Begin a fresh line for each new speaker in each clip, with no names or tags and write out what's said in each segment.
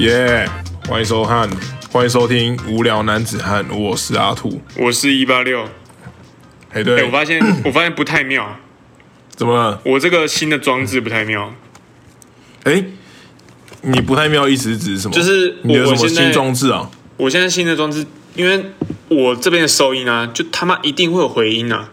耶欢迎收看，欢迎收听《无聊男子汉》，我是阿兔。
我是一八六。
哎，
哎，
对，
我发 现我发现不太妙，
怎么了？
我这个新的装置不太妙，
哎，你不太妙，意思是指什么？
就是
你有
我
什
我
么
现在
新装置啊？
我现在新的装置，因为我这边的收音啊，就他妈一定会有回音啊。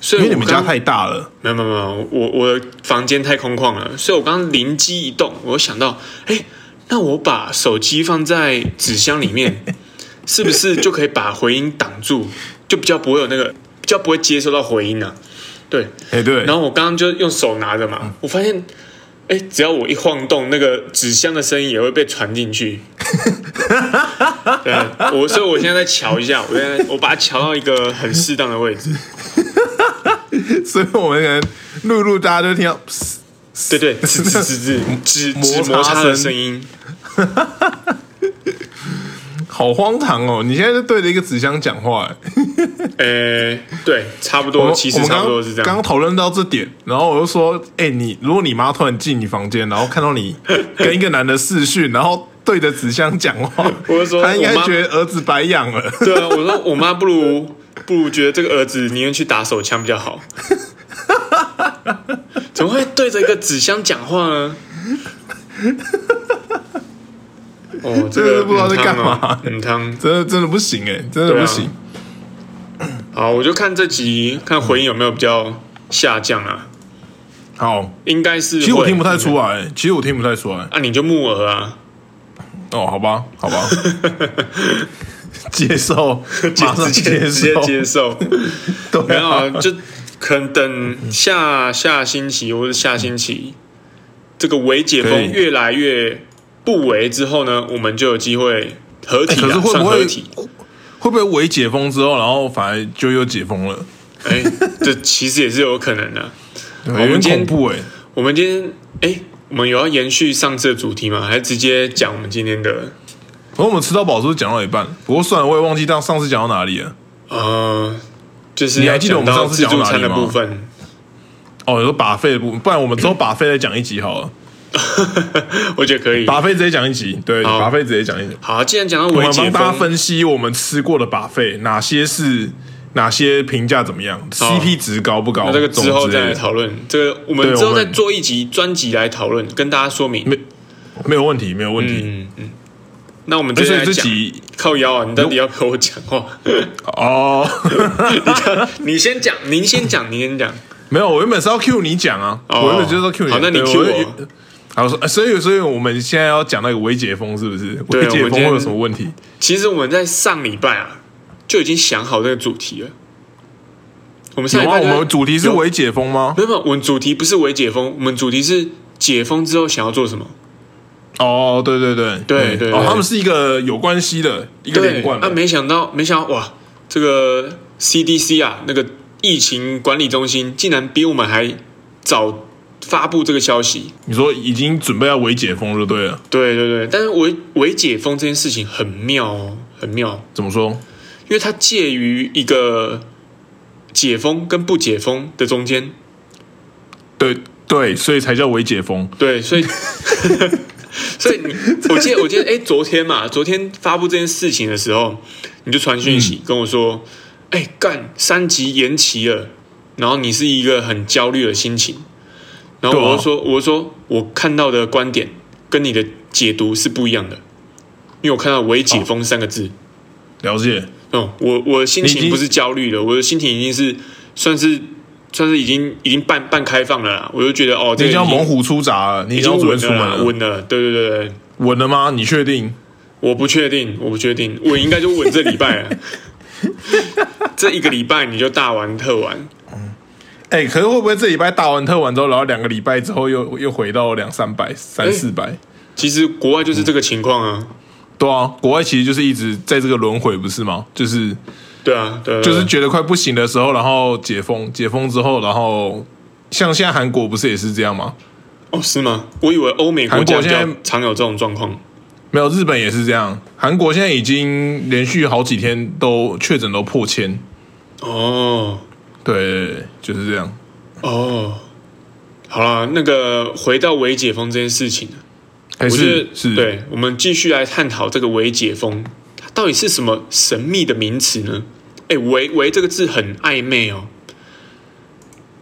所以
因为
我
你们家
刚
太大了，
没有没有没有，我我的房间太空旷了，所以我刚刚灵机一动，我想到，哎，那我把手机放在纸箱里面， 是不是就可以把回音挡住，就比较不会有那个，比较不会接收到回音呢、啊？对，
哎，对，
然后我刚刚就用手拿着嘛，我发现，哎，只要我一晃动，那个纸箱的声音也会被传进去。对啊，我所以我现在在瞧一下，我现在我把它瞧到一个很适当的位置。
所以我们可能录一录，大家就听到，嘶
对对，纸纸纸纸纸纸
摩
摩
擦
擦的
声
声音。
好荒唐哦！你现在就对着一个纸箱讲话，哎
呃，对，差不
我
多，
们
哦其实
我们
差不
刚
多是这
刚
样。
讨论到这点，然后我就说，哎、你如果你妈突然进你房间，然后看到 你跟一个男的视讯，然后对着纸箱讲话，
我就说
她应该
我妈
觉得儿子白养了。
对啊，我说我妈不如不如觉得这个儿子宁愿去打手枪比较好。怎么会对着一个纸箱讲话呢？哦，这
真的
个
不知道在
很烫
干
哦
嘛
很汤。
真的真的不行哎、真的不行。
好，我就看这集看回音有没有比较下降啊，
好，
应该是。
其实我听不太出啊来、其实我听不太出来。
啊，你就木耳啊，
哦，好吧，好 吧，接受，马上
直接
接
直接
受，
接受。没
对
有
啊
啊，，就可能等下下星期或者下星期，这个微解
可以
封越来越不为之后呢，我们就有机会合
哎可
体
是
了，
会
算
不
合
会
体。
会不会伪解封之后，然后反而就又解封了？
哎，这其实也是有可能的。
我
我们今天
恐怖哎、
我们今天哎，我们有要延续上次的主题吗？还是直接讲我们今天的？
然后我们吃到饱是不是讲到一半？不过算了，我也忘记到上次讲到哪里了。
呃，就是
你还
要
记得我们
讲到
上次
自
讲
助
哪
餐
里
的
吗
部分。
哦，有把费的部分，不然我们之后把费再讲一集好了。
我觉得可以。
把费直接讲一集，对，
好
把费直接讲一集。
好，既然讲到
我
微
们
解
帮大家
封，
分析我们吃过的把费，哪些是哪些评价怎么样，CP 值高不高？
哦那这个之后
这种之
再
类
来
的
讨论。这个
对
我们之
我
后再
们
做一集专辑来讨论，跟大家说明。
没有问题，没有问题。
嗯嗯，那我们
但
接下
是
来
哎这
讲
集
靠腰啊，你到底要跟我讲 话？
哦，
你先讲，您先讲，您先讲。
没有，我原本是要 Q 你讲啊，
哦
我原本就是要 Q 你讲。
好那你
对
cue
我
我
就好，所以所以所以我们现在要讲那个微解封是不是？
对
微解
我们
封会
今天
有什么问题？
其实我们在上礼拜啊就已经想好这个主题了。我们上礼
有啊，
拜
我
就在
们主题是
有
微解封吗？
没有没有，我们主题不是为解封，我们主题是解封之后想要做什么。
哦，对对对
对对
哦，
对
他们是一个有关系的一个连贯
啊，
的。
没想到，没想到哇，这个 CDC 啊，那个疫情管理中心竟然比我们还早发布这个消息。
你说已经准备要微解封就对了，
对对对，但是微微解封这件事情很妙哦，很妙，
怎么说？
因为它介于一个解封跟不解封的中间。
对对，所以才叫微解封。
对，所以 所以 你，我记得我记得，哎，昨天嘛，昨天发布这件事情的时候，你就传讯
嗯
息跟我说，哎、干三级延期了，然后你是一个很焦虑的心情，然后
对啊
我就说，我就说我看到的观点跟你的解读是不一样的，因为我看到“微解封”三个字，
了解，
嗯，我我的心
你已经
情不是焦虑了，我的心情已经是算是算是已经已经半半开放了啦，我就觉得哦，
你
这
已
个
经要
已经
猛虎出闸了，你已
已
经
经
要准备
稳
出
了
门
啦，
了，
稳了，对对对对，
稳了吗？你确定？
我不确定，我不确定，我应该就稳这礼拜了。 这一个礼拜你就大玩特玩，
哎、可是会不会这礼拜大完特完之后，然后两个礼拜之后又又回到两三百、三
哎
四百？
其实国外就是这个情况啊。
对啊，国外其实就是一直在这个轮回，不是吗？就是
对啊，对啊，
就
对啊
是觉得快不行的时候，然后解封，解封之后，然后像现在韩国不是也是这样吗？
哦，是吗？我以为欧美国
韩国
家比
现在
较常有这种状况。
没有，日本也是这样。韩国现在已经连续好几天都确诊都破千，
哦
对，就是这样。
哦，好啦，那个回到微解封这件事情，
哎、还
我觉
是
得
是
对，我们继续来探讨这个“微解封”它到底是什么神秘的名词呢？哎，“微”“微”这个字很暧昧哦。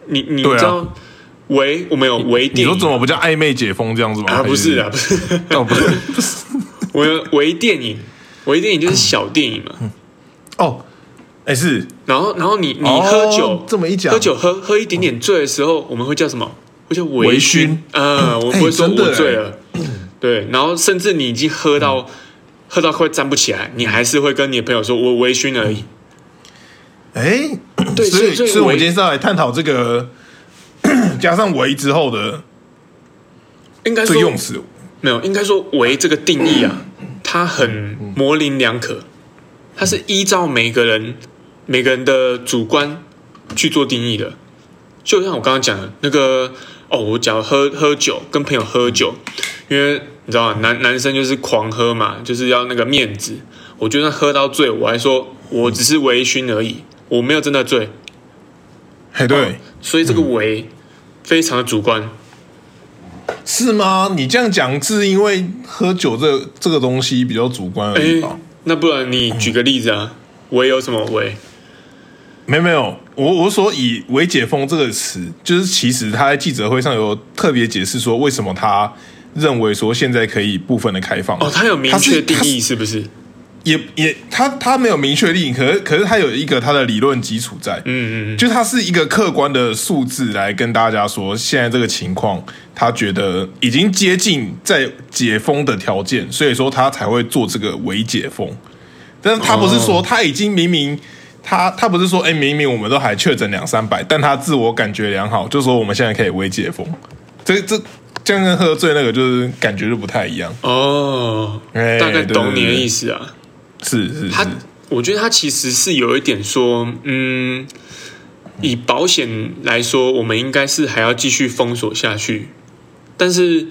你你
对啊
知道“微”我们有“微”
你
电
说怎
影
么不叫暧昧解封这样子吗？
啊？不是
啊
啊，，不是，
哦不是
我有“微”电影，“微”电影就是小电影嘛。
哦，哎是
然后然后你你
哦
喝酒、
这么一讲
喝酒喝喝一点点醉的时候，我们会叫什么？会叫
微
微
醺
醺。呃，我
哎
不会说
真的
我醉
哎嗯
了。对，然后甚至你已经喝到、喝到快站不起来，你还是会跟你的朋友说“我微醺而已
哎，
对
所
所以所以
所以我
我
们今天是要来探讨这个加上为之后的”。
应该
这
说
个用词，
没有，应该说“为”这个定义啊，它很模棱两可，它是依照每个人每个人的主观去做定义的。就像我刚刚讲的那个哦，我假如喝喝酒，跟朋友喝酒，因为你知道吗男男生就是狂喝嘛，就是要那个面子。我就算喝到醉，我还说我只是微醺而已，我没有真的醉。
哎对，
所以这个“为”非常的主观。
是吗？你这样讲是因为喝酒这这个东西比较主观而已
哎
吧？，
那不然你举个例子啊？“为”有什么“为”？
没有没有，我我所以“为解封”这个词，就是其实他在记者会上有特别解释说，为什么他认为说现在可以部分的开放。
哦，它有明
它是
确定
嗯它是
义是不是？
也也他他没有明确定义，可是可是他有一个他的理论基础在，嗯嗯，就他是一个客观的数字来跟大家说，现在这个情况，他觉得已经接近在解封的条件，所以说他才会做这个伪解封。但是他不是说
哦
他已经明明他他不是说哎、明明我们都还确诊两三百，但他自我感觉良好，就说我们现在可以微解封，这这这样跟喝醉那个就是感觉就不太一样，
哦，
哎
大概
对
懂
对
你的
对
意思啊。
是是是
他，我觉得他其实是有一点说，嗯，以保险来说，我们应该是还要继续封锁下去，但是。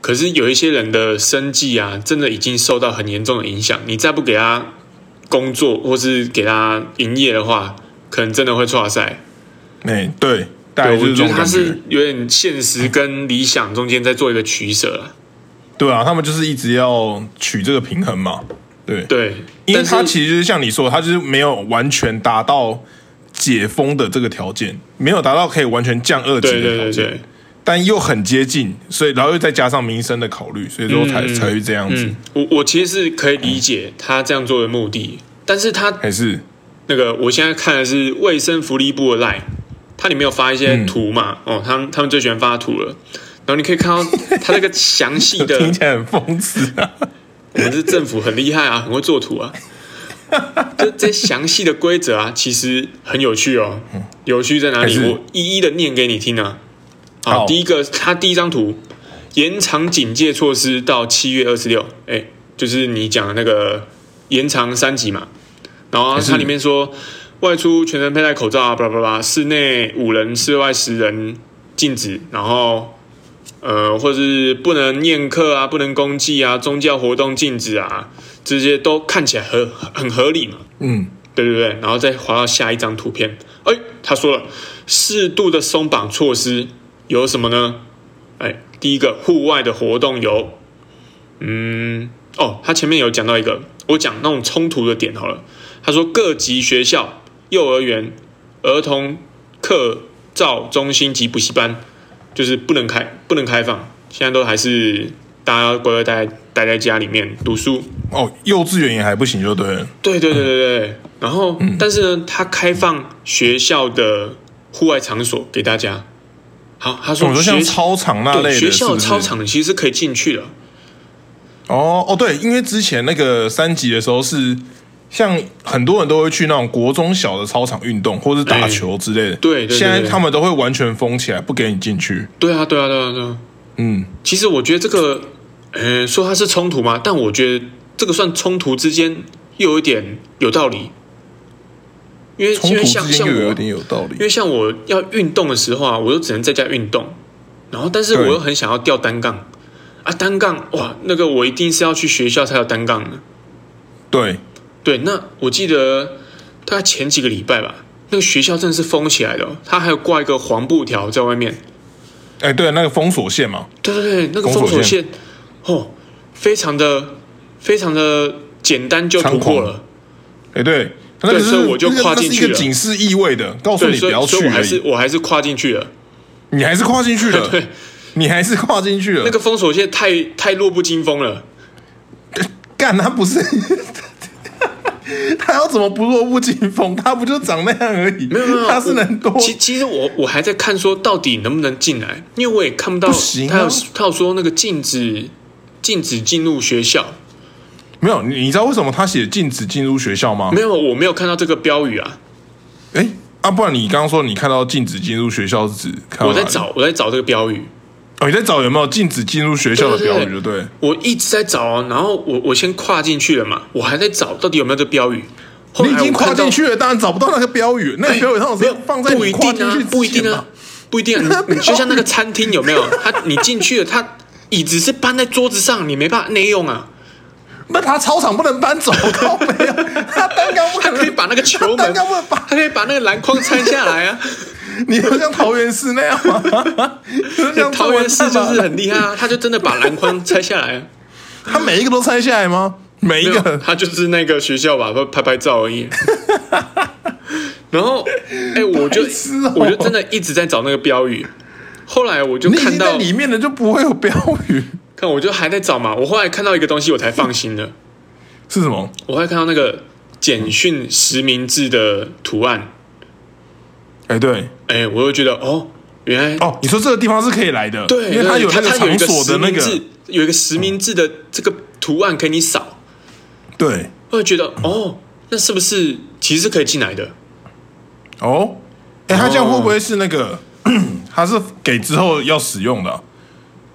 可是有一些人的生计啊，真的已经受到很严重的影响。你再不给他工作，或是给他营业的话，可能真的会错赛。
哎、对，大概
对，
就
我
是这
觉
种
得
感
他
觉。
是有点现实跟理想中间在做一个取舍啊。
对啊，他们就是一直要取这个平衡嘛。对，
对，
因为
但是
他其实就是像你说，他就是没有完全达到解封的这个条件，没有达到可以完全降二级的
对
条
对对
件，
对，
但又很接近，所以然后又再加上民生的考虑，所以说才、才会这样子。
嗯，我我其实是可以理解他这样做的目的，但是他
还是
那个我现在看的是卫生福利部的 line，它里面有发一些图嘛，
嗯
哦，他们他们最喜欢发图了。然后你可以看 到它那个详细的，
听起来很讽刺啊！
我们是政府很厉害啊，很会做图啊。就这些详细的规则啊，其实很有趣哦。有趣在
嗯
哪里？
还是
我一一的念给你听啊。
好
好，第一个，它第一张图，延长警戒措施到七月二十六，哎，就是你讲的那个延长三级嘛。然后
还是
它里面说，外出全程佩戴口罩啊，巴拉巴拉，室内五人，室外十人禁止，然后呃，或是不能宴客啊，不能公祭啊，宗教活动禁止啊，这些都看起来合很合理嘛。
嗯，
对对对，然后再滑到下一张图片，哎，他说了，适度的松绑措施有什么呢？哎，第一个户外的活动有，嗯，哦，他前面有讲到一个，我讲那种冲突的点好了。他说各级学校、幼儿园、儿童课照中心及补习班，就是不能开不能开放，现在都还是大家乖乖待待在家里面读书。
哦，幼稚园也还不行就对了。
对对对对对。然后，
嗯
但是呢，他开放学校的户外场所给大家。好，他
我
说
哦说像
学
操场那类
对
的，
学校
是不是
操场其实是可以进去的。
哦哦，对，因为之前那个三级的时候是，像很多人都会去那种国中小的操场运动，或是打球之类的。
哎对对对
现在
对
他们都会完全封起来，不给你进去。
对啊，对啊，对啊，对啊。
嗯，
其实我觉得这个，呃，说它是冲突嘛，但我觉得这个算冲突之间又有一点有道理，因为
冲
因
突
为像
之间
像
又有
我
点有道
因
理。
为像我要运动的时候啊，我又只能在家运动，然后但是我
对
又很想要吊单杠啊，单杠哇，那个我一定是要去学校才有单杠的。
对，
对，那我记得大概前几个礼拜吧，那个学校真的是封起来的、哦，它还有挂一个黄布条在外面。
哎，对，那个封锁线嘛，
对对对，那个
封
封
锁
锁
线
线，哦，非常的非常的简单就突破了。
哎，对，那个是
所以我就跨进去
那个那是一
了
个警示意味的，告诉
对，
你不
所
要
以所以
去
我还
而
是
已，呃
我还是跨进去了。
你还是跨进去了，
对，
你还是跨进去了。
那个封锁线太太弱不禁风了。
干他不是， 他要怎么不弱不禁风？他不就长那样而已？
没有没有，
他是
我
能多
其其实我我还在看说到底能不能进来，因为我也看不到
不行啊
他有他有说那个禁止禁止进入学校，
没有？你你知道为什么他写禁止进入学校吗？
没有我没有看到这个标语啊，
哎、啊，不然你刚刚说你看到禁止进入学校是指看到
我在
哪里
找我在找这个标语，
哦，你在找有没有禁止进入学校的标语？就对，
我一直在找啊，然后我我先跨进去了嘛，我还在找到底有没有这个标语，后
你
来
已经
我看
跨
到
进去了，当然找不到那个标语，那个标语上
没有
是放在
不
你
一
跨进
定
去
啊，不一定啊，不一定啊，你你就像那个餐厅有没有？他你进去了，他椅子是搬在桌子上，你没办法内用啊。
那他操场不能搬走，靠没有， 他蛋糕不
他
可
可以
能
把那个球
他
门，
蛋糕不能搬
他可以把那个篮筐拆下来 啊。
你要像桃园市那样吗？就像
桃园市就
中文
是
大麻
很厉害啊，他就真的把篮筐拆下来啊。
他每一个都拆下来吗？ 每一
没有，
个
他就是那个学校吧，拍拍照而 已。然后，哎、我就、
白痴哦
我就真的一直在找那个标语。后来我就
你已
看
经在
到，
里面了，就不会有标语
看我就还在找嘛。我后来看到一个东西，我才放心了。
是什么？
我还看到那个简讯实名制的图案，
哎，对，
哎、我就觉得哦，原来
哦，你说这个地方是可以来的，
对，
因为它
对
有
它
那
它有一
场
个
所
实
的那
名制
个，，
有一个实名制的这个图案给你扫，
对，
我就觉得哦，那是不是其实是可以进来的？
哦，哎，他这样会不会是那个？ 他是给之后要使用的啊、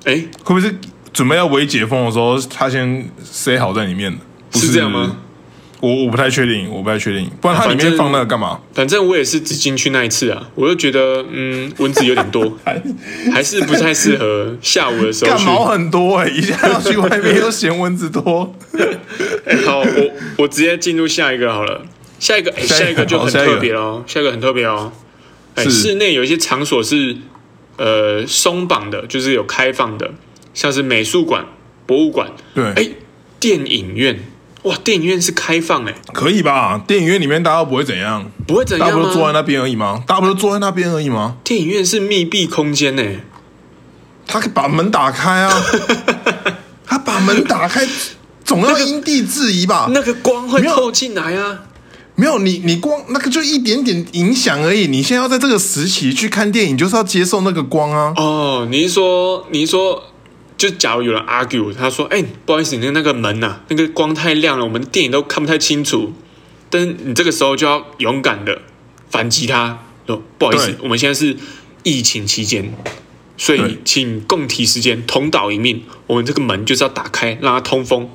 哎，
会不会是准备要微解封的时候，他先塞好在里面的？不
是这样吗？
我我不太确定，我不太确定，不然它里
反
面
正
放那个干嘛？
反正我也是只进去那一次啊，我就觉得嗯，蚊子有点多，还是不太 适合下午的时候
哎干
去。
毛很多哎、一下要去外面又嫌蚊子 多，
哎，好，我我直接进入下一个好了。下一个，哎，
下一个
下一个就
好
很
下一个
特别哦，下一个很特别哦。哎，
是
室内有一些场所是呃松绑的，就是有开放的，像是美术馆、博物馆，
对，
哎，电影院，哇，电影院是开放哎，
可以吧？电影院里面大家不会怎样，
不会怎
大家
样
不就坐在
吗？
那边而已吗？大家不就坐在那边而已吗？
电影院是密闭空间欸呢，
他可以把门打开 啊，他把门打开，总要因地制宜吧？
那个光会
没有
透进来啊。
没有你，你光那个就一点点影响而已。你现在要在这个时期去看电影，就是要接受那个光啊。
哦，你是说你是说，就假如有人 argue，他说，哎、不好意思，你的那个门呐、那个光太亮了，我们电影都看不太清楚。但是你这个时候就要勇敢的反击他，说不好意思
对，
我们现在是疫情期间，所以
对
请共体时间，同岛一命，我们这个门就是要打开，让它通风。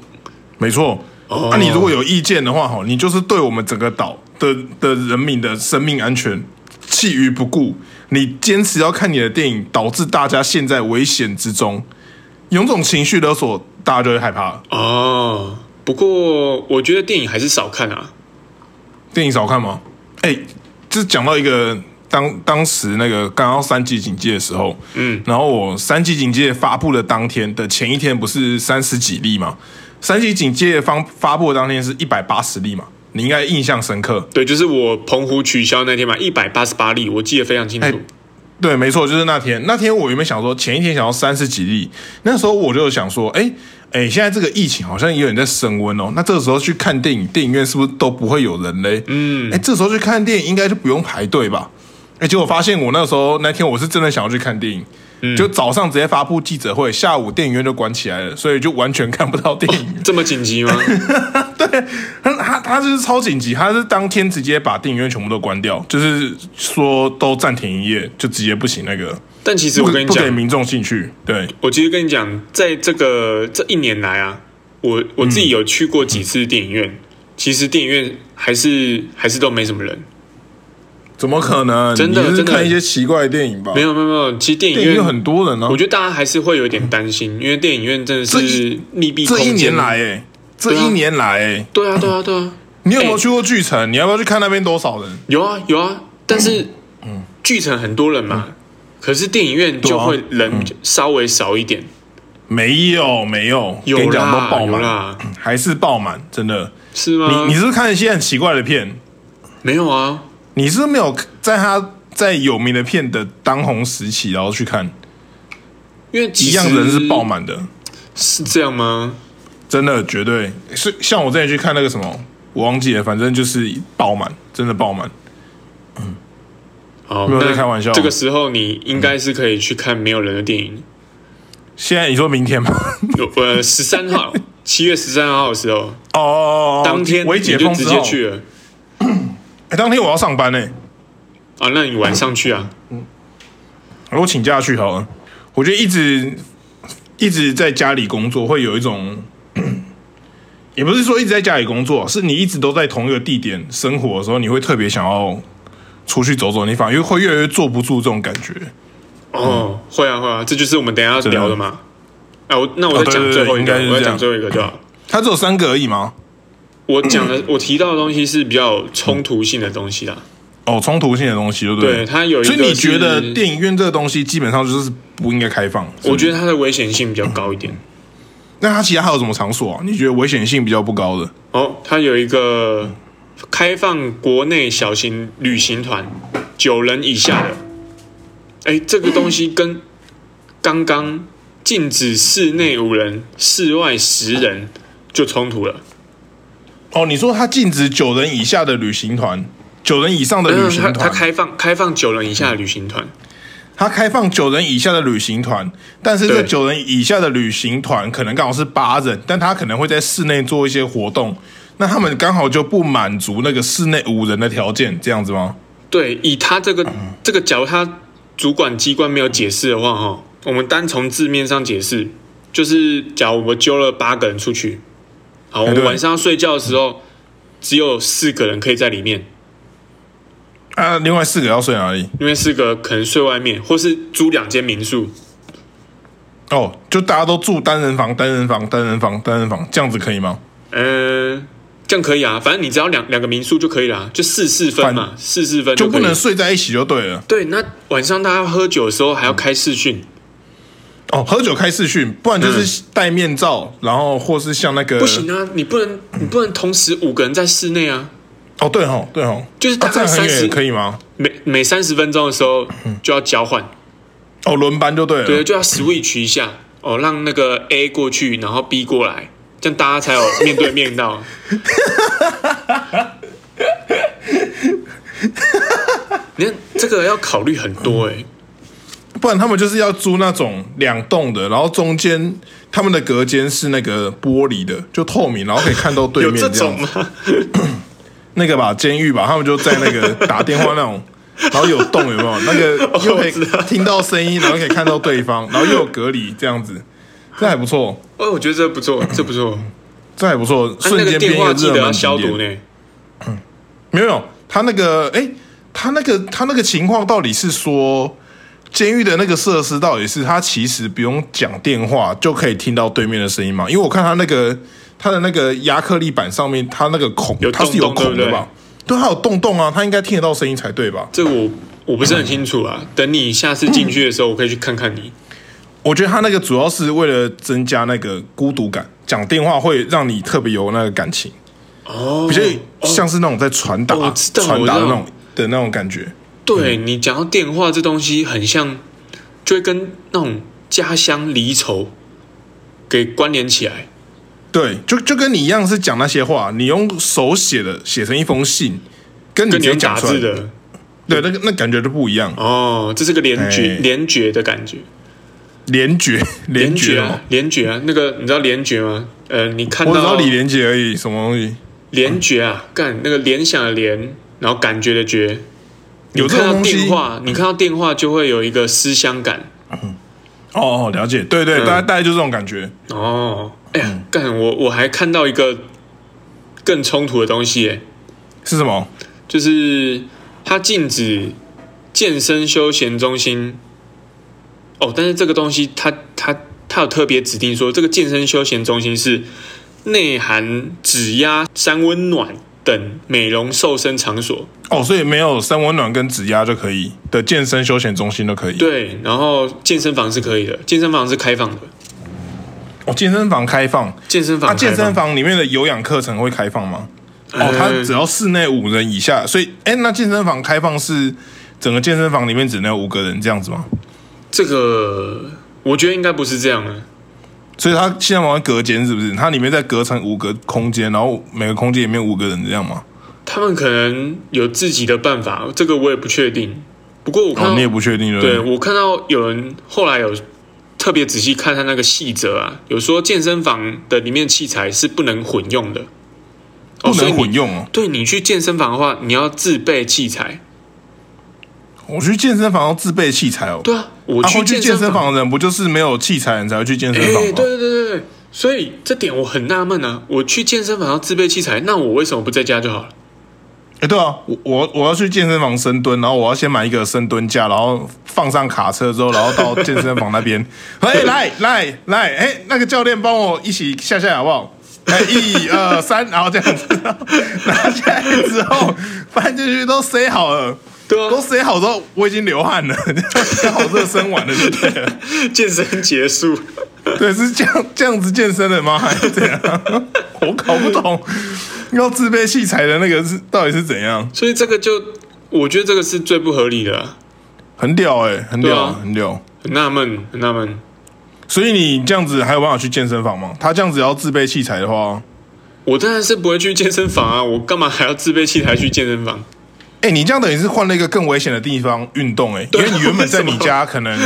没错，那、
哦
啊你如果有意见的话，哈，你就是对我们整个岛的的人民的生命安全弃于不顾。你坚持要看你的电影，导致大家陷在危险之中，有种情绪勒索，大家就会害怕了。
哦，不过我觉得电影还是少看啊。
电影少看吗？哎，这讲到一个当当时那个刚刚三级警戒的时候，
嗯，
然后我三级警戒发布的当天的前一天不是三十几例嘛？三级警戒方发布的当天是一百八十例嘛？你应该印象深刻。
对，就是我澎湖取消那天嘛，一百八十八例，我记得非常清楚。
哎对，没错，就是那天。那天我原本想说，前一天想要三十几例，那时候我就想说，哎哎，现在这个疫情好像有点在升温哦。那这个时候去看电影，电影院是不是都不会有人嘞？嗯，哎，这时候去看电影应该就不用排队吧？哎，结果发现我那时候那天我是真的想要去看电影，就早上直接发布记者会，下午电影院就关起来了，所以就完全看不到电影。
这么紧急吗？
他他他就是超紧急，他是当天直接把电影院全部都关掉，就是说都暂停营业，就直接不行那个。
但其实
不
我跟你
不给
讲，
民众进去。对，
我其实跟你讲，在这个这一年来啊，我我自己有去过几次电影院，
嗯
其实电影院还是还是都没什么人，
哦怎么可能？
真的
你是
真的
看一些奇怪的电影吧？
没，有没有没有，其实电影
电影
院
有很多人呢、啊
我。觉得大家还是会有一点担心，因为电影院真的
这
是
一
密闭空
这
间。
一年来、，哎，这
对啊
一年来，哎，
对啊对啊对啊，
你有没有
哎
去过巨城？你要不要去看那边多少人？
有啊有啊，但是剧城很多人嘛，可是电影院
嗯
就
对啊
会人稍微少一点。
没有没有，
有
跟你讲都
啦
爆
有
满，
啦，嗯
还是爆满，真的。
是吗？
你你是不是看一些很奇怪的片？
没有啊？
你是不是没有在他在有名的片的当红时期，然后去看，
因为其
一
实
样人是爆，满的，
是这样吗？
真的绝对是。像我之前去看那个什么，我忘记了，反正就是爆满，真的爆满。
哦，
没有在
那
开玩笑嗯
这个时候你应该是可以去看没有人的电影。
现在你说明 天吗？
有呃，十 三号，七月十三号的时候，
哦，
当天
我
你
一解
就
封
直
之
接
后，
去了
哎当天我要上班呢、
啊？那你晚上去啊？
我请假去好了。我觉得一直一直在家里工作，会有一种， 也不是说一直在家里工作，是你一直都在同一个地点生活的时候，你会特别想要出去走走，你反而会越来越坐不住这种感觉。嗯
哦，会啊会啊，这就是我们等一下要聊的嘛。啊，我那我
哦
再
对
讲
对
最
对
后一
应
个，
该是
我再
这
讲
样
最后一个就好。
它只有三个而已吗？
我讲的，我提到的东西是比较有冲突性的东西啦。
哦，冲突性的东西，对不
对，它有一个
所
是，
以你觉得电影院这个东西基本上就是不应该开放？
我觉得它的危险性比较高一点。
那它其他还有什么场所啊？你觉得危险性比较不高的？
哦，它有一个开放国内小型旅行团，九人以下的。哎，这个东西跟刚刚禁止室内五人、室外十人就冲突了。
哦，你说它禁止九人以下的旅行团，九人以上的旅行
嗯它它
团，
开放开放九人以下的旅行团，
它开放九人以下的旅行团，但是这
对
九人以下的旅行团可能刚好是八人，但他可能会在室内做一些活动，那他们刚好就不满足那个室内五人的条件，这样子吗？
对，以他这个这个，假如他主管机关没有解释的话，哈，我们单从字面上解释，就是假如我揪了八个人出去，好，我
哎
们
对
晚上要睡觉的时候，只有四个人可以在里面，
啊，另外四个要睡哪里？
因为四个可能睡外面，或是租两间民宿，
哦，就大家都住单人房、单人房、单人房、单人房，这样子可以吗？
嗯、这样可以啊，反正你只要两两个民宿就可以啦，就四四分嘛，四四分
就
可
不
以
能睡在一起就对了。
对。那晚上大家喝酒的时候还要开视讯，
哦，喝酒开视讯，不然就是戴面罩，然后或是像那个
嗯不行啊，你不能你不能同时五个人在室内啊。
哦，对吼，对吼，
就是大
啊、这
概
样很
三十、
远可以吗？
每每三十分钟的时候
嗯
就要交换，
哦，轮班就对了。
对，就要 switch 一下哦，让那个 A 过去，然后 B 过来，这样大 家才有面对面到。你看这个要考虑很多哎、
不然他们就是要租那种两栋的，然后中间他们的隔间是那个玻璃的，就透明，然后可以看到对
有
面
这
这
种
样子。
吗？
那个吧，监狱吧，他们就在那个打电话那种，然后有洞有没有？那 个又可以
哦我知道
听到声音，然后可以看到对方，然后又有隔离这样子，这还不错，
哦，我觉得这 不错，这不错。
这还不错，
啊、
瞬
那个
间变
电
一
话
个
记
热
得要
门
消
景
毒
点。
呢。
没有没有，他那个哎，他那个他那个情况到底是说，监狱的那个设施到底是他其实不用讲电话就可以听到对面的声音吗？因为我看他那个他的那个亚克力板上面，他那个孔
有
它是有
洞洞
孔
对不
的
对
吧？对，它有洞洞啊，他应该听得到声音才对吧？
这个我我不是很清楚啊，等你下次进去的时候，我可以去看看你。
我觉得他那个主要是为了增加那个孤独感，讲电话会让你特别有那个感情，
哦，
比较像嗯是那种在传达、
哦我知道
传达的
我
那
知道
种的那种感觉。
对
嗯
你讲到电话这东西，很像，就会跟那种家乡离愁给关联起来。
对，就就跟你一样是讲那些话，你用手写的写成一封信，跟嗯你
跟
直
你
接
用
讲
打
出来
字，的
对，那个那感觉就不一样，
哦，这是个联觉
哎
联觉的感觉，
联 觉联觉
啊
哦，，
联觉啊，那个你知道联觉吗？呃，你看
我只知道
到
李连杰而已，什么东西
联觉啊，干那个联想的联，然后感觉的觉，
有这
你看
种
到
东西
电话，你看到电话就会有一个思乡感。
哦哦，了解，对对，
嗯
大概大概就这种感觉，
哦，哎呀，
嗯
干我我还看到一个更冲突的东西、哎。
是什么？
就是它禁止健身休闲中心。哦，但是这个东西它它它有特别指定说，这个健身休闲中心是内含指压、三温暖等美容瘦身场所。
哦，所以没有三温暖跟指压就可以的健身休闲中心都可以，
对，然后健身房是可以的，健身房是开放的。
哦，健身房开放，
健身
那、
房开放，
啊健身房里面的有氧课程会开放吗？哦，它
呃
只要室内五人以下，所以哎、那健身房开放是整个健身房里面只能有五个人这样子吗？
这个我觉得应该不是这样的。
所以它现在往上隔间是不是？它里面再隔成五个空间，然后每个空间里面五个人这样吗？
他们可能有自己的办法，这个我也不确定。不过我看
哦，
到，
你也不确定
对
不
我看到有人后来有特别仔细看他那个细则啊，有说健身房的里面器材是不能混用的，
不能。
所以
混
你
用哦。
对你去健身房的话，你要自备器材。
我去健身房要自备器材哦。
对啊，我
啊会去
健
健身
房，
房的人不就是没有器材的人才会去健身
哎、
房
对
吗？
对对对对，所以这点我很纳闷啊。我去健身房要自备器材，那我为什么不在家就好了？
哎、对啊，我我我要去健身房深蹲，然后我要先买一个深蹲架，然后放上卡车之后，然后到健身房那边，哎、来来来，哎、那个教练帮我一起下下来好不好？哎、一二三，然后这样子拿下来之后搬进去都塞好了，
对
都
啊，
塞好之后我已经流汗了， 刚好热身完了，对不对了？
健身结束。
对，是这样这样子健身的吗？还是怎样？我搞不懂，要自备器材的那个是到底是怎样？
所以这个就，我觉得这个是最不合理的啊、
很屌哎、很
对
屌，
啊
很屌。
很纳闷，很纳闷。
所以你这样子还有办法去健身房吗？他这样子要自备器材的话，
我当然是不会去健身房啊，我干嘛还要自备器材去健身房？
哎、你这样等于是换了一个更危险的地方运动哎、因
对啊
为你原本在
为什
你
么
家可能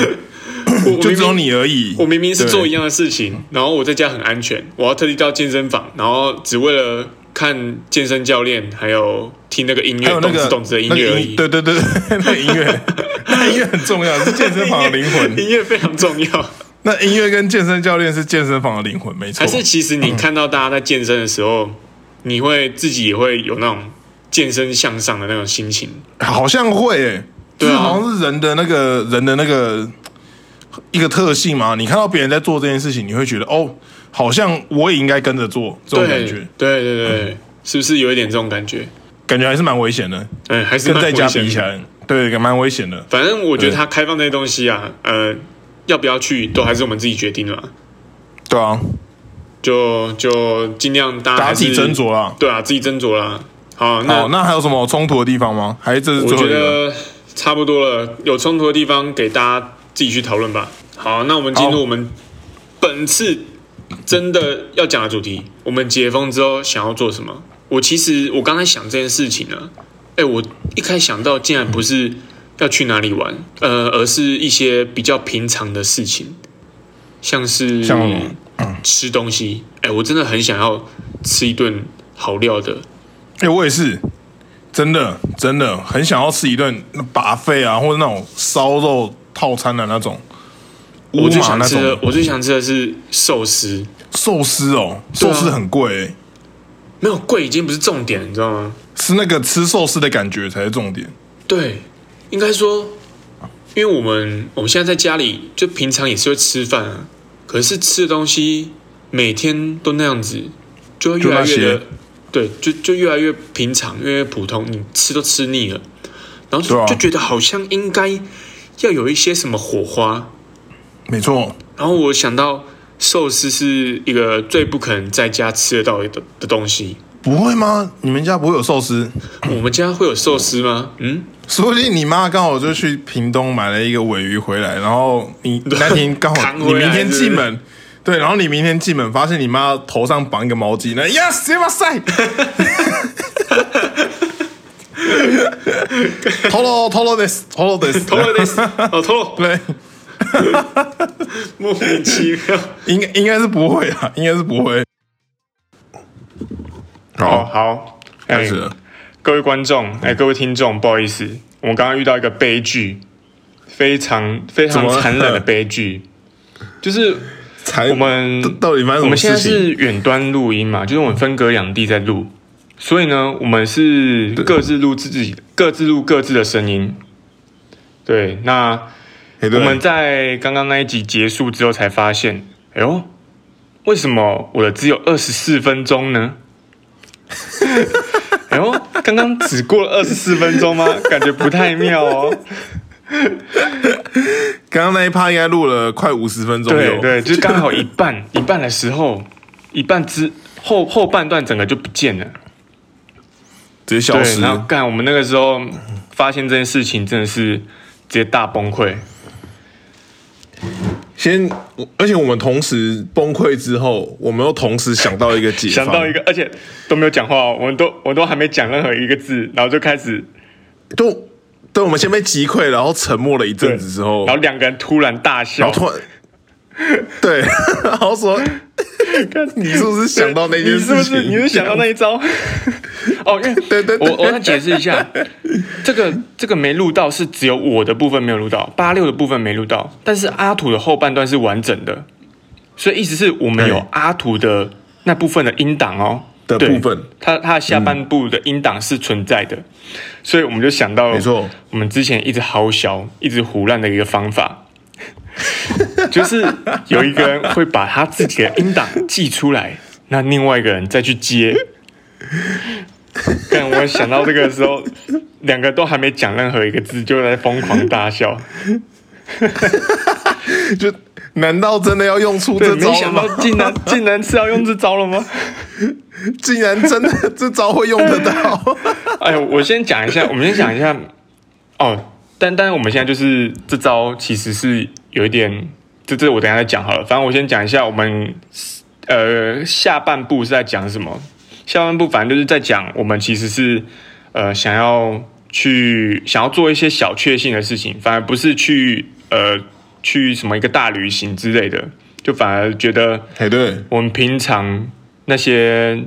我我
就
明
只有
明
你而已。
我明明是
对
做一样的事情，然后我在家很安全，我要特地到健身房，然后只为了看健身教练，还有听那个音
还
乐，
有那
动
个
次动次的音
那
乐
个
而
音
已。
对对对， 对那个音 乐，那音乐很重要，是健身房的灵魂。
音乐非常重 要。
那音乐跟健身教练是健身房的灵魂，没错
还。是其实你看到大家在健身的时候，你会自己也会有那种健身向上的那种心情。
好像会、欸，就
对啊
是好像是人的那个人的那个一个特性嘛。你看到别人在做这件事情，你会觉得哦，好像我也应该跟着做，这种
对，
感
对
觉，嗯
对对对，是不是有一点这种感觉？
感觉还是蛮危险的，
嗯，还是
跟
蛮
在家
危险
比
的
起来，对，蛮危险的。
反正我觉得
对
它开放那些东西啊，呃，要不要去都还是我们自己决定了，
对啊，
就就尽量大家
大家
还
自
是
己斟，酌啦。哦
对啊，自己斟酌啦。好，那
好，那啊还有什么冲突的地方吗？还是这是
我
最后
觉
一个？
得差不多了，有冲突的地方给大家自己去讨论吧。好，那我们进入
好
我们本次真的要讲的主题，我们解封之后想要做什么？我其实我刚才想这件事情呢、哎、我一开始想到竟然不是要去哪里玩，呃，而是一些比较平常的事情，像是
像什么
吃东西。哎、我真的很想要吃一顿好料的，
哎、我也是，真的真的很想要吃一顿把肺啊，或者那种烧肉套餐的那种，
我
乌
最
马
想
那
吃的
种，
我最想吃的是寿司。
寿司哦，
对
寿
啊
司很贵、欸。
没有贵已经不是重点，你知道吗？
是那个吃寿司的感觉才是重点。
对，应该说，因为我们我们现在在家里，就平常也是会吃饭啊，可是吃的东西每天都那样子，就会越来越
就那
的
些，
对，就就越来越平常，越来越普通，你吃都吃腻了，然后就、
对啊
就觉得好像应该要有一些什么火花。
没错，
然后我想到寿司是一个最不可能在家吃得到的的东西，
不会吗？你们家不会有寿司？
我们家会有寿司吗？ 嗯。
说不定你妈刚好就去屏东买了一个尾鱼回来，然后你那天刚好
扛
你
回来
明天
是不是
进门， 对，然后你明天进门发现你妈头上绑一个毛巾，那呀，谁 哇塞！透露透露 this 透露 this
透露 this，哦，透露，
对，
莫名其妙。
应该应该是不会啊，应该是不会。好，
哦好，哎
开始了。
各位观众，哎、各位听众，不好意思，我们刚刚遇到一个悲剧，非常非
怎
常
么了
残忍的悲 剧，就是
才
我们
到到底发生
我
什么
们现在
事情？
是远端录音嘛，就是我们分隔两地在录，所以呢，我们是各自录自己，各自录各自的声音。对，那
哎
我
对
们在刚刚那一集结束之后才发现，哎呦，为什么我的只有二十四分钟呢？ 哎呦，刚刚只过了二十四分钟吗？感觉不太妙哦。
刚刚那一趴应该录了快五十分钟
对
有，
对，就是刚好一半一半的时候，一半之后后半段整个就不见了。
直接消
对，
失。
然后干我们那个时候发现这件事情，真的是直接大崩溃。
先，我而且我们同时崩溃之后，我们又同时想到一个解方，
想到一个，而且都没有讲话哦，我们都我都还没讲任何一个字，然后就开始
就对，我们先被击溃，然后沉默了一阵子之后，
然后两个人突然大笑
然后，突然， 对，然后说，你是不是想到那件
你是不
事
是
情？
你是想到那 一招？哦，因为
对对对
我我要解释一下，这个这个没录到是只有我的部分没有录到，八六的部分没录到，但是阿土的后半段是完整的，所以意思是我们有
对
阿土的那部分的音档哦
的
对
部分嗯
它它的下半部的音档是存在的，所以我们就想到，
没错，
我们之前一直豪小、一直胡乱的一个方法。 就是有一个人会把他自己的音档寄出来，那另外一个人再去接。但我想到这个时候，两个都还没讲任何一个字，就在疯狂大笑。
就难道真的要用出
对，
这
没
招了
想到
吗？
竟然竟然是要用这招了吗？
竟然真的这招会用得 到？
哎呦，我先讲一 下，我们先讲一下哦。但但我们现在就是这招其实是有一点，这这我等一下再讲好了。反正我先讲一下我们呃下半部是在讲什么。下半部反正就是在讲我们其实是呃想要去想要做一些小确幸的事情，反而不是去呃去什么一个大旅行之类的，就反而觉得
哎，对，
我们平常那些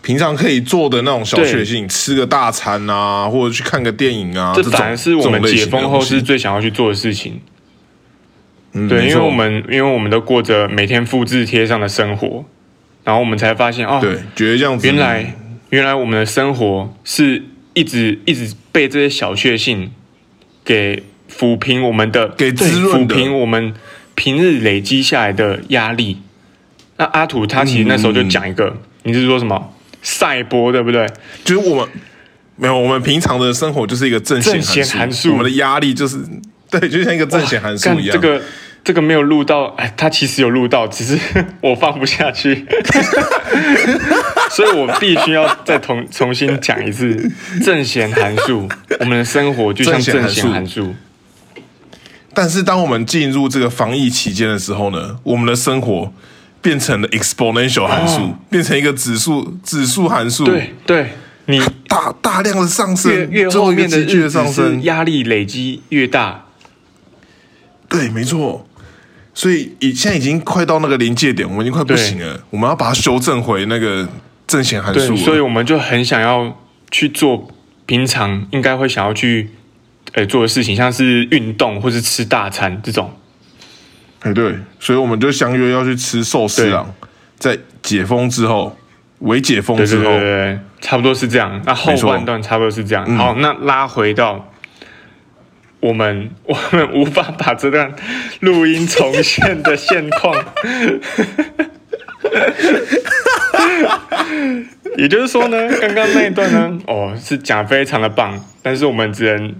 平常可以做的那种小
对
确幸，吃个大餐啊，或者去看个电影啊，
这
这种
反而是我们解封后是，最想要去做的事情。
嗯
对，因为我
们
们因为我们都过着每天复制贴上的生活，然后我们才发现哦，
对，觉得这样子
原来原来我们的生活是一直一直被这些小确幸给抚平我们的
给
对
滋润
抚
的
平我们平日累积下来的压力。那阿土他其实那时候就讲一个，
嗯
你是说什么赛博对不对？
就是我们没有，我们平常的生活就是一个正
正弦函数
我们的压力就是对，就像一个正弦函数
干
一样。
这个这个没有录到，哎，他其实有录到，只是 我放不下去， 所以我必须要再重重新讲一次正弦函 数。我们的生活就像正
正
弦
弦
函
函嗯
数，
但是当我们进入这个防疫期间的时候呢，我们的生活变成了 exponential 函数，
哦
变成一个指数指数函数，
对对，你
大大量的上升，
越越
最
后
后一个
面的
急剧
日
的
子
上
是
升，
压力累积越大，
对，没错。所以已现在已经快到那个临界点，我们已经快不
对
行了，我们要把它修正回那个正弦函数
对，
了。
所以我们就很想要去做平常应该会想要去呃做的事情，像是运动或是吃大餐这种。
哎，对，所以我们就相约要去吃寿司郎，在解封之后，未解封
对
之
对
后，
对嗯对，差不多是这样。那后
没错
半段差不多是这样。好，那拉回到我们 我们无法把这段录音重现的现况， 也就是说呢，刚刚那一段呢，哦，是讲非常的棒，但是我们只能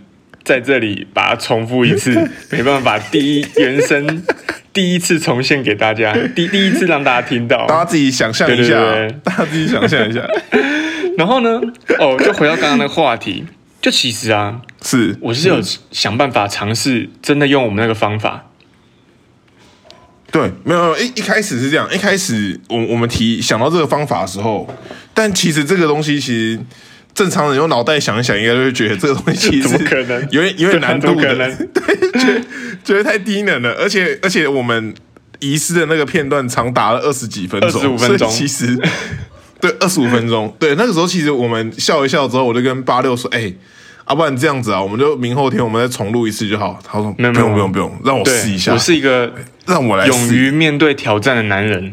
在这里把它重复一 次，没办法，第一原声第一次重现给大家，第第一次让大家听到，
大家自己想象一下，
对对对
大家自己想象 一下，
然后呢，哦，就回到刚刚那个话题，就其实啊，
是
我是有想办法尝试真的用我们那个方法，
对，没有没有一一开始是这样，一开始我我们提想到这个方法的时候，但其实这个东西其实正常人用脑袋想一想，应该就会觉得这个东西其实
怎么可能
有点有点难度
怎么可
的，
能
对，觉得觉得太低能了，而且而且我们遗失的那个片段长达了二十几分钟，
25分
所
钟
以其实对二十五分钟，对那个时候其实我们笑一笑之后，我就跟八六说，哎、要、不然这样子啊，我们就明后天我们再重录一次就好。他说：“不
没有
用不
没有
用不用，让我
对
试一下。
我是一个
让我来试
勇于面对挑战的男人，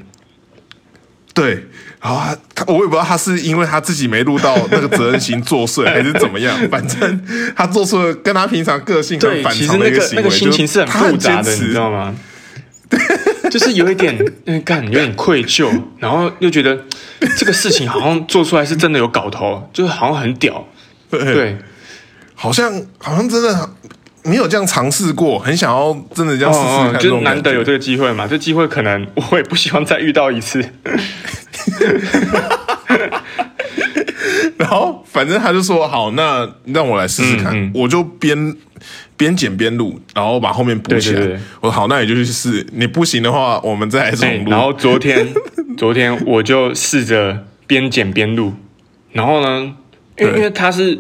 对，然后他他我也不知道他是因为他自己没录到那个责任心作祟，还是怎 么样，反正他做出了跟他平常个性很反
其实
常的
那
一
个
行
那
为，
个心情是
就是他
很复杂的，
坚
你
持
知道吗？ 就是有一点，嗯，干，有点愧疚，然后又觉得这个事情好像做出来是真的有搞头，就是好像很屌，
对，
对，
好像好像真的没有这样尝试过，很想要真的这样试试看
哦，
这
就
种感
难得
觉
有这个机会嘛，这机会可能我也不希望再遇到一次。
然后反正他就说好，那让我来试试看，
嗯嗯
我就边边剪边录，然后把后面补起来。
对对对
我说好，那你就去试，你不行的话，我们再来
哎
重录。
然后昨 天，昨天我就试着边剪边录，然后呢，因为
对
因为它是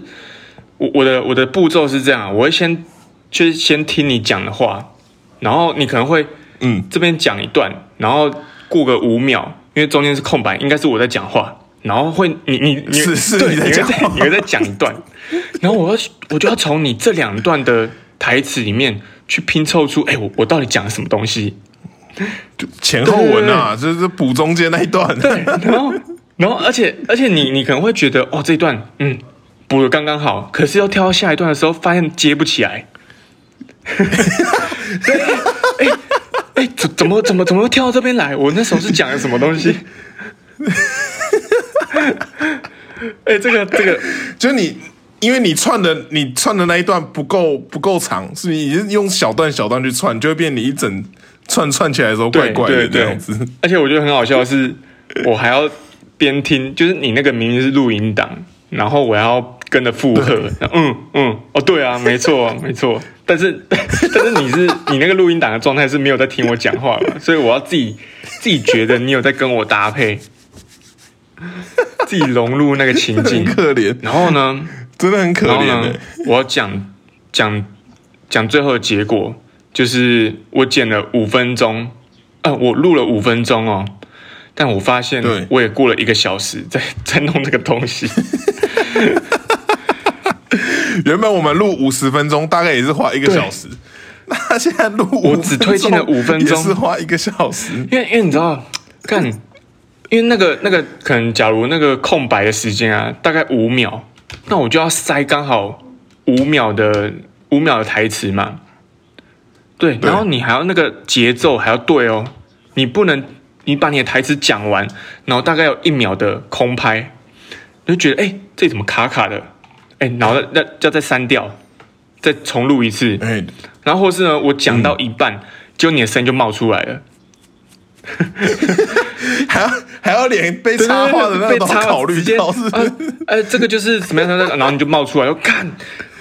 我我的我的步骤是这样啊，我会先就是先听你讲的话，然后你可能会
嗯，
这边讲一段，然后过个五秒，因为中间是空白，应该是我在讲话，然后会你你你
是是
对
你在
会
讲话
你会再讲一段，然后我要我就要从你这两段的台词里面去拼凑出，哎、我我到底讲了什么东西？
前后文啊，就是补中间那一段。
对，然后然后而且而且你你可能会觉得哦这一段嗯补的刚刚好，可是要跳到下一段的时候发现接不起来。 对，哎哎怎怎么怎么怎么又跳到这边来？我那时候是讲了什么东西？ 哎，这个这个
就你，因为你串的你串的那一段不够不够长，所以你是用小段小段去串，就会变你一整串串起来的时候怪
对
怪
对
的这
对
样子。
而且我觉得很好笑的是，我还要边听，就是你那个明明是录音档，然后我要跟着附和，嗯嗯，哦对啊，没错没错，但是但是你是你那个录音档的状态是没有在听我讲话的，所以我要自己自己觉得你有在跟我搭配，自己融入那个情
很
境，
可怜，
然后呢，
真的很可
然后
怜欸
呢
的、，
我要讲讲讲最后的结果，就是我剪了五分钟，呃，我录了五分钟哦，但我发现
对
我也过了一个小时在 在弄这个东西，
原本我们录五十分钟，大概也是花一个
对
小时。 那现在录
我
5
只推进了
分钟
5分钟
也是花一个小 时。
因为因为你知道，干，因为那个那个可能假如那个空白的时间啊，大概五秒，那我就要塞刚好五秒的五秒的台词嘛。对，
对
然后你还要那个节奏还要对哦，你不能你把你的台词讲完，然后大概有一秒的空拍，你就觉得哎、这怎么卡卡的？哎，然后要要再删掉，再重录一次，
哎，
然后或是呢，我讲到一半，结果你的声音就冒出来了。
还要还要连被
对对对
插话的那
被
个都
插
要考虑
直接
到，是不
呃
是？
呃，这个就是怎么样怎么样，然后你就冒出来，又看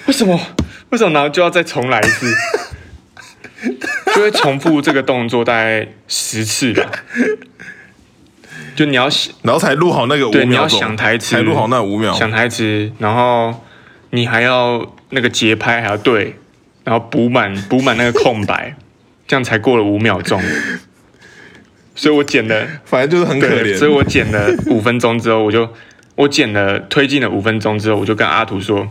为什么为什么，然后就要再重来一 次，就会重复这个动作大概十次吧。就你要想
然后才录好那个五
对你
秒
要
钟，
想台词
才录好那五秒。
想台词，然后你还要那个节拍还要对，然后补满补满那个空白，这样才过了五秒钟。所以我剪了
反正就是很可
对，
怜。
所以我剪了五分钟之后，我就我剪了推进了五分钟之后，我就跟阿图说，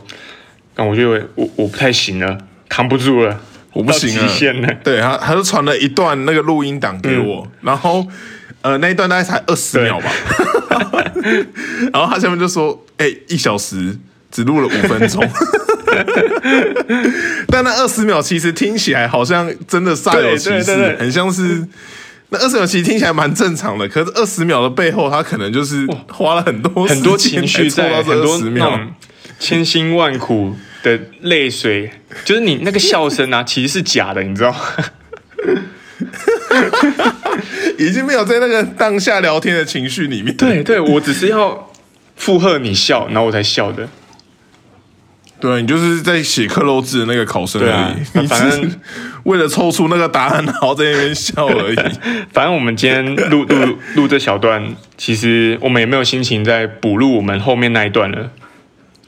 但我就我我不太行了，扛不住了，
我不行
到
啊
极 限了。
对他，他就传了一段那个录音档给我，
嗯
然后呃那一段大概才二十秒吧， 然后他下面就说：“哎、一小时只录了五 分钟。”但那二十秒其实听起来好像真的煞有
对
其
对
事，
对对
很像是。那二十秒其实听起来蛮正常的，可是二十秒的背后，他可能就是花了很多
很多
时间
情绪
才凑
在，
到
很
这
多
20
那
秒，
种千辛万苦的泪水，就是你那个笑声啊，其实是假的，你知道吗？
已经没有在那个当下聊天的情绪里面。
对对，我只是要附和你笑，然后我才笑的。
对，啊你就是在写克漏字的那个考生而
对
已，
啊
你
反
只
正
是为了凑出那个答案，然后在那边笑而 已。
反正我们今天录录录这小段，其实我们也没有心情再补录我们后面那一段了。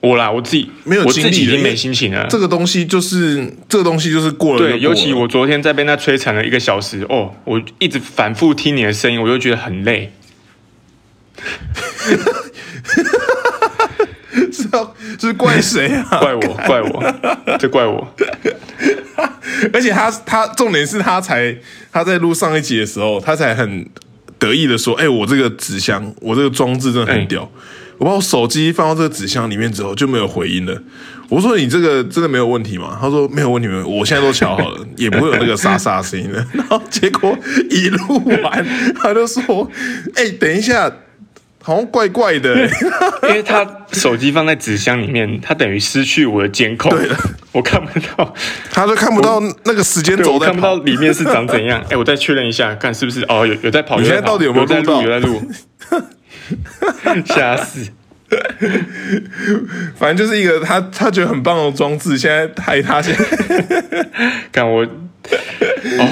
我啦，我自己
没有
我
精力
自己已
了
经
因为
没心情了。
这个东西就是，这个东西就是过了就过了
对，尤其我昨天在被他摧残了一个小时，哦，我一直反复听你的声音，我就觉得很累。
是要是怪谁啊？
怪我，怪我，这怪我。
而且他他重点是他才他在录上一集的时候，他才很得意的说：“哎、我这个纸箱，我这个装置真的
哎
很屌。我把我手机放到这个纸箱里面之后就没有回音了。我说：“你这个真的没有问题吗？”他说：“没有问题，没有问题，我现在都调好了， 也不会有那个沙沙声音了。” 然后结果一录完，他就说：“哎、等一下。”好像怪怪的、欸，
因为他手机放在纸箱里面，他等于失去我的监控，我看不到，
他就看不到那个时间
对
轴
我
在
看不到
跑。
里面是长怎样。哎，我再确认一下，看是不是哦，有有在跑，
你现在
在跑
到底有没有
有在
录到
录？有在录， 吓死！
反正就是一个他他觉得很棒的装置，现在害他现在。
看我，哦，哦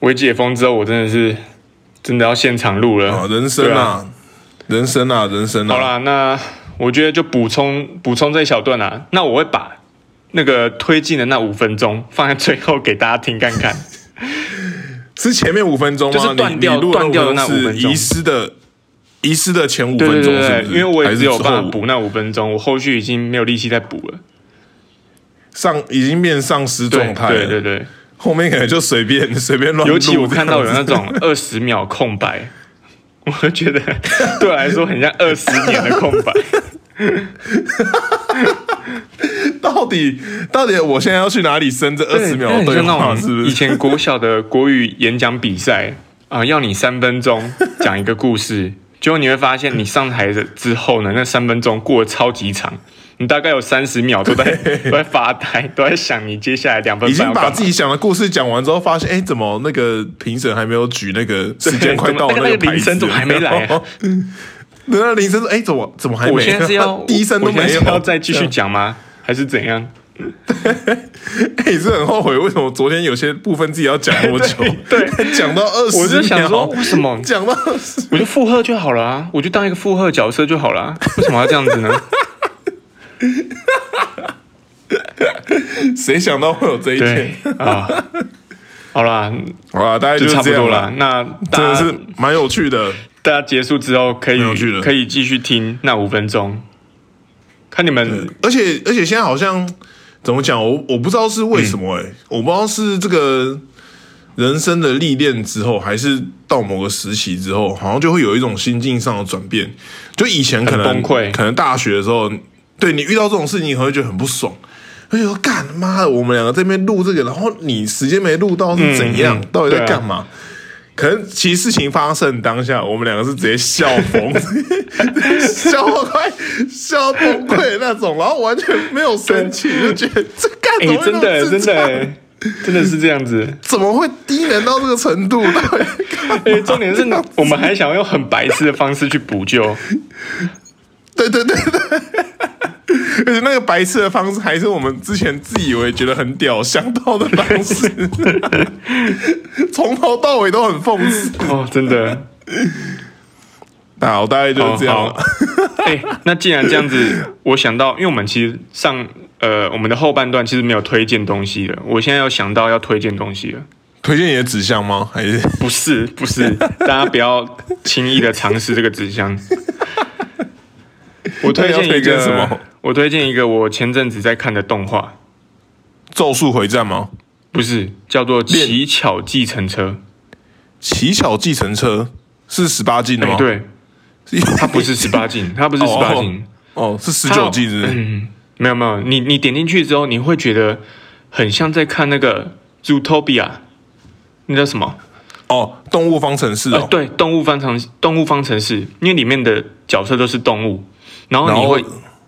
我解封之后，我真的是真的要现场录了
人生
对
啊，
啊
人生啊，人生啊。
好，啦，那我觉得就补充补充这一小段啊。那我会把那个推进的那五分钟放在最后给大家听看看。
是前面五分钟吗？
就是断
你你
掉
录
断掉的那
是
五分钟
遗失的遗失的前五
对
分
对
钟，
对
是
对，
不
因
是？
为我
还
也
是
只有
之后
办法补那五分钟，我后续已经没有力气再补了。
上已经变丧尸
对
状态了，
对对对，
后面可能就随便 随便乱录。
尤其我看到有那
这样
种二十秒 空白，我就觉得对我来说很像二十年的空白。
子， 到底到底我现在要去哪里生这 二十秒的
对
对
很像
话？
那
是
种
不
以
是？
前国小的国语演讲比赛啊、要你三分钟讲一个故事，结果你会发现，你上台的之后呢，那三分钟过得超级长，你大概有三十秒都在 都在发呆，都在想你接下来两分
已
半
经
要干
把
嘛
自己想的故事讲完之后，发现哎，怎么那个评审还没有举那个时间快到的
对怎么那个
牌
铃
子？
声怎么还没来啊
对？ 那铃声说哎，怎么怎么还没？
我现在是要
第一声都
我现在
没
是
有，
要再继续讲吗？还是怎样？
哎，你是很后悔为什么昨天有些部分自己要讲那么久？
对，
讲到二十秒，
我就想说，为什 么？
讲到20
我就附和就好了啊，我就当一个附和角色就好了啊、为什么要这样 子呢？
谁想到会有这一
对
天？
啊，好啦，
好啦，大概
就
就是
差不
这样
多啦
啦。。
那
真
大
的
家
是蛮有趣的，
大家结束之后可以
蛮有趣的
可以继续听那五分钟，看你们
而且而且现在好像怎么讲，我我不知道是为什
嗯
么哎、我不知道是这个人生的历练之后，还是到某个时期之后，好像就会有一种心境上的转变。就以前可能
很崩溃
可能大学的时候，对你遇到这种事情，你可能会觉得很不爽。哎呦，干妈的，我们两个这边录这个，然后你时间没录到是怎样？
嗯嗯
到底在
对啊
干嘛？可能其实事情发生当下，我们两个是直接笑疯， 笑到快笑到崩溃的那种，然后完全没有生气，就觉得这干
哎、
怎么会
真
那
的
么智
真
障
的真的是这样子。
怎么会低能到这个程度？到底
哎、重点是我们还想要用很白痴的方式去补救，
对对对对， 而且那个白痴的方式，还是我们之前自以为觉得很屌想到的方式， 从头到尾都很讽刺。
哦，真的。
那我大概就是这样
哦
了。
好 哎、那既然这样子，我想到，因为我们其实上呃我们的后半段其实没有推荐东西的，我现在要想到要推荐东西了。
推荐你的指向吗？还是
不是不是，大家不要轻易的尝试这个纸箱。我推荐
那你要推
一
荐
个
什么？
我推荐一个我前阵子在看的动画，
咒术回战吗？
不是叫做《
恋
乞巧计程车
乞巧计程车是十八禁》。的
哎，
吗？，
对，它不是十八禁，它不是十八
哦
禁，
哦，是十九禁是不是？
嗯没有没有，你你点进去之后，你会觉得很像在看那个《Zootopia》，那叫什么？
哦，动物方程式
呃
哦，，
对，动物方程动物方程式，因为里面的角色都是动物，然后
然
你
后
会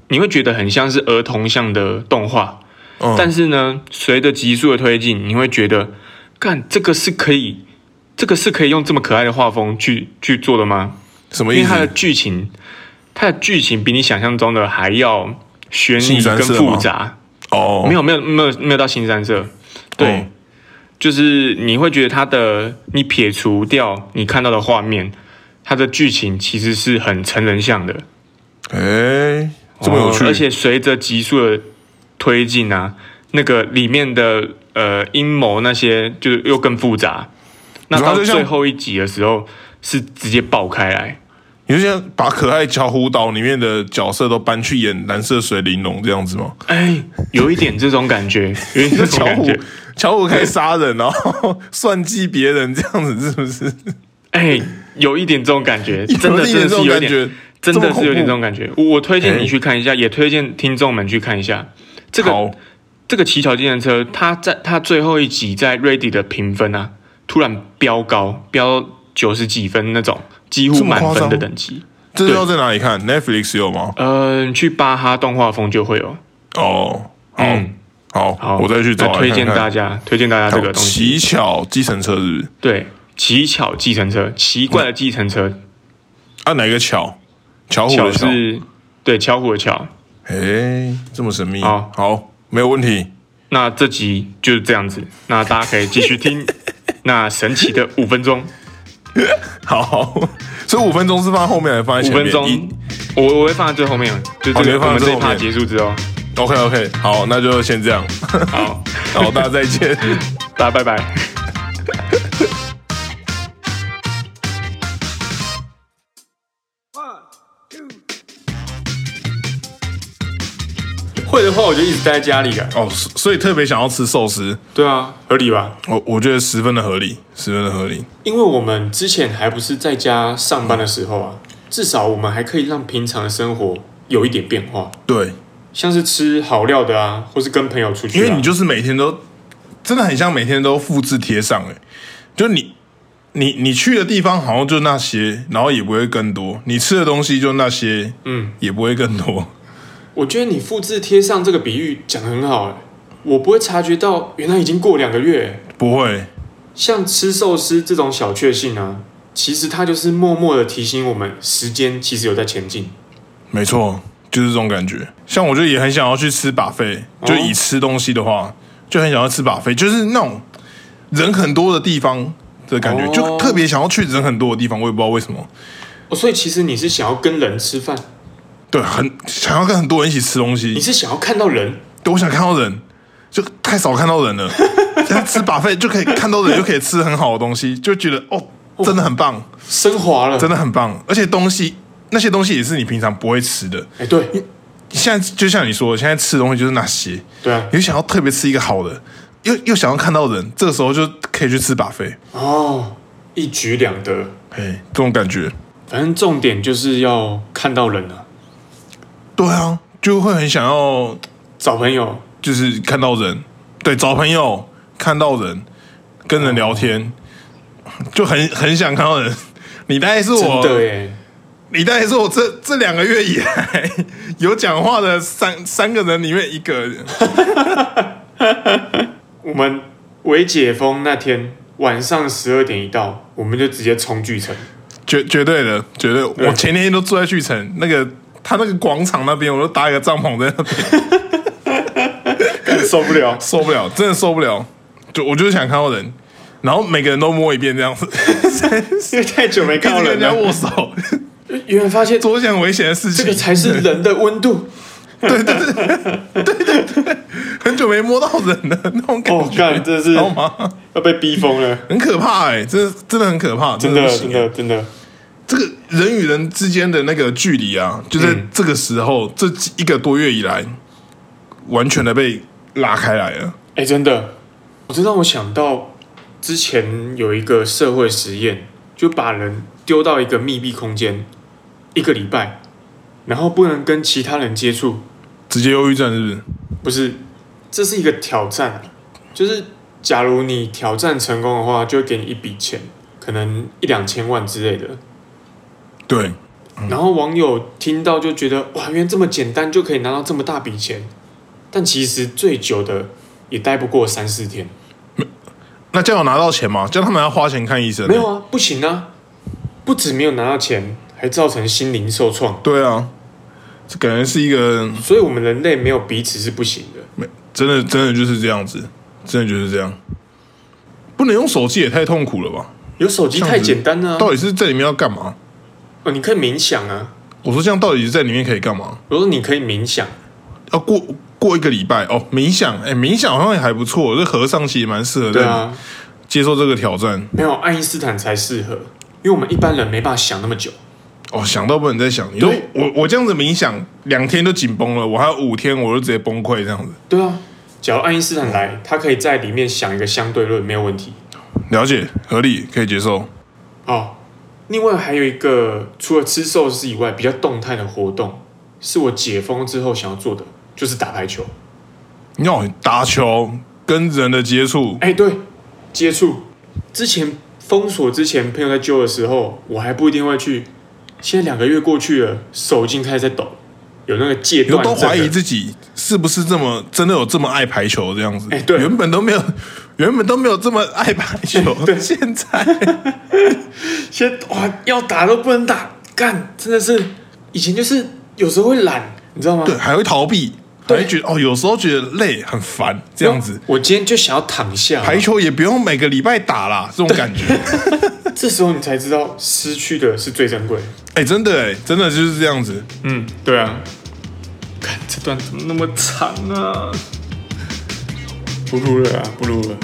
你会觉得很像是儿童向的动画，
嗯
但是呢，随着集数的推进，你会觉得，干这个是可以，这个是可以用这么可爱的画风去去做的吗？
什么
因
意
为它的
思？
剧情，它的剧情比你想象中的还要悬
新
疑
三
跟
色
复
吗
杂，
哦，
没有没有没有没有到新三色，对。
哦
就是你会觉得它的，你撇除掉你看到的画面，它的剧情其实是很成人向的，
哎，这么有趣，
哦而且随着集数的推进啊，那个里面的呃阴谋那些就又更复杂。那
主要
到
就像
最后一集的时候是直接爆开来，
你就像把《可爱巧虎岛》里面的角色都搬去演《蓝色水玲珑》这样子吗？
哎，有一点这种感觉，有一
就
点 这
巧
种感
虎
觉。，
巧虎可以杀人，然后 算计别人这样子，是不是？
哎、有一点这种感觉，真的
有一点这
真的是
种
有
感
点，
觉，
真的
么恐
是有点
怖
这种感觉。我我推荐
哎
你去看一下，也推荐听众们去看一下这个
好
这个乞巧计程车，它在它最后一集在 Ready 的评分啊，突然飙高，飙九十几分那种，几乎
这么
满
夸张
分的等级。
这是要在哪里看？Netflix 有吗？
嗯，去巴哈动画风就会有。
哦，好，
嗯，
好，
好，
我再去找来
推荐
看看
大家，推荐大家这个东
乞
西。
巧计程车是不是？
对，乞巧计程车，奇怪的计程车，
啊，哪个巧？巧虎
巧
的巧？
是，对，巧虎的巧。
哎，这么神秘。
好
好，没有问题。
那这集就是这样子，那大家可以继续 听那神奇的五分钟，
好，所以五分钟是放在后面还是放在
五
前面？
分钟
一，
我我会放在最后面，就
哦你
这
会放
个
在
我们这
最
一
后
趴
面
结束之 后，
OK OK，好，那就先这样。
好，
好，大家再见。
大家拜拜。会的话，我就一直待在家里了。
哦，所所以特别想要吃寿司，
对啊，合理吧？
我我觉得十分的合理，十分的合理。
因为我们之前还不是在家上班的时候啊，至少我们还可以让平常的生活有一点变化，
对，
像是吃好料的啊，或是跟朋友出去、啊。
因为你就是每天都真的很像每天都复制贴上、欸，就你你你去的地方好像就那些，然后也不会更多，你吃的东西就那些，
嗯，
也不会更多。
我觉得你复制贴上这个比喻讲得很好、欸，我不会察觉到原来已经过两个月欸、
不会，
像吃寿司这种小确幸啊，其实它就是默默的提醒我们，时间其实有在前进。
没错，就是这种感觉。像我就也很想要去吃把费，
哦
就以吃东西的话，就很想要吃把费，就是那种人很多的地方的感觉，
哦
就特别想要去人很多的地方。我也不知道为什么，
哦，所以其实你是想要跟人吃饭，
对，很想要跟很多人一起吃东西
你。是想要看到人，
对，我想看到人，就太少看到人 了。但吃把费就可以看到人，就可以吃很好的东西，就觉得哦，真的很棒，
升华了。
真的很棒。而且东西那些东西也是你平常不会吃的。
哎、对，
现在就像你说，的，现在吃的东西就是那些，
对啊，
你就想要特别吃一个好的，又又想要看到人，这个时候就可以去吃把费。
哦，一举两得。
哎，这种感觉，
反正重点就是要看到人啊，
对啊，就会很想要，
找朋友，
就是看到人，对，找朋友，看到人，跟人聊天，就很很想看到人。 你大概是
真
我，
的耶。
你大概是我这这两个月以来 有讲话的三三个人里面一个人。
我们微解封那天晚上十二点一到，我们就直接冲巨 城。
绝绝对的，绝对。我前天都住在巨城那个他那个广场那边，我都搭一个帐篷在那边，
受不 了。
受不了，真的受不了。就我就是想看到人，然后每个人都摸一遍这样 子，
因为太久没
一直
看到
跟
人
人家
了，
握 手，
原来发现
多件危险的事
这个
情。
才是人的温度。
很久没摸到人了那种
哦
感，觉，
干，真的
知
是
道吗？
要被逼疯了，
很可怕哎、真的真的很可怕，
真
的不
的，真
行
的，真的。
这个人与人之间的那个距离啊，就在
嗯
这个时候、这几一个多月以来，完全的被拉开来了。
哎、真的，我这让我想到之前有一个社会实验，就把人丢到一个密闭空间一个礼拜，然后不能跟其他人接触，
直接忧郁症是不是？
不是，这是一个挑战啊，就是假如你挑战成功的话，就会给你一笔钱，可能一两千万之类的。
对，
然后网友听到就觉得哇，原来这么简单就可以拿到这么大笔钱，但其实最久的也待不过三四天。
那这样有拿到钱吗？叫他们要花钱看医生、欸
没有。啊，不行啊，不止没有拿到钱，还造成心灵受创。
对啊，这感觉是一个
所以，我们人类没有彼此是不行的。
没真的真的就是这样子，真的就是这样。不能用手机也太痛苦了吧？
有手机太简单了、啊，
到底是在里面要干嘛？
哦，你可以冥想啊。
我说这样到底是在里面可以干嘛？
我说你可以冥想，
要过过一个礼拜哦，冥想，哎，冥想好像也还不错，这和尚其实蛮适合
对
在
啊，
接受这个挑战。
没有爱因斯坦才适合，因为我们一般人没办法想那么久。
哦，想到不能再想。你说
对
我我这样子冥想两天就紧绷了，我还有五天我就直接崩溃这样子。
对啊，假如爱因斯坦来，他可以在里面想一个相对论，没有问题。
了解，合理，可以接受。
哦，另外还有一个，除了吃寿司以外，比较动态的活动，是我解封之后想要做的，就是打排球。
你要打球跟人的接触，
哎，对，接触之前封锁之前，朋友在揪的时候，我还不一定会去，现在两个月过去了，手已经开始在抖，有那个戒
你
断
都
症
怀疑
了
自己是不是这么真的有这么爱排球这样子？
哎对
原本都没有，原本都没有这么爱排 球，现在
现在哇，要打都不能打，干真的是以前就是有时候会懒，你知道吗？
对还会逃避，还
对
会觉得哦，有时候觉得累很烦这样子。
我今天就想要躺下，
排球也不用每个礼拜打啦，这种感 觉。
这时候你才知道失去的是最珍贵的。
哎、真的哎、真的就是这样子。
嗯，对啊。看这段怎么那么长啊？不录了啊，不录了。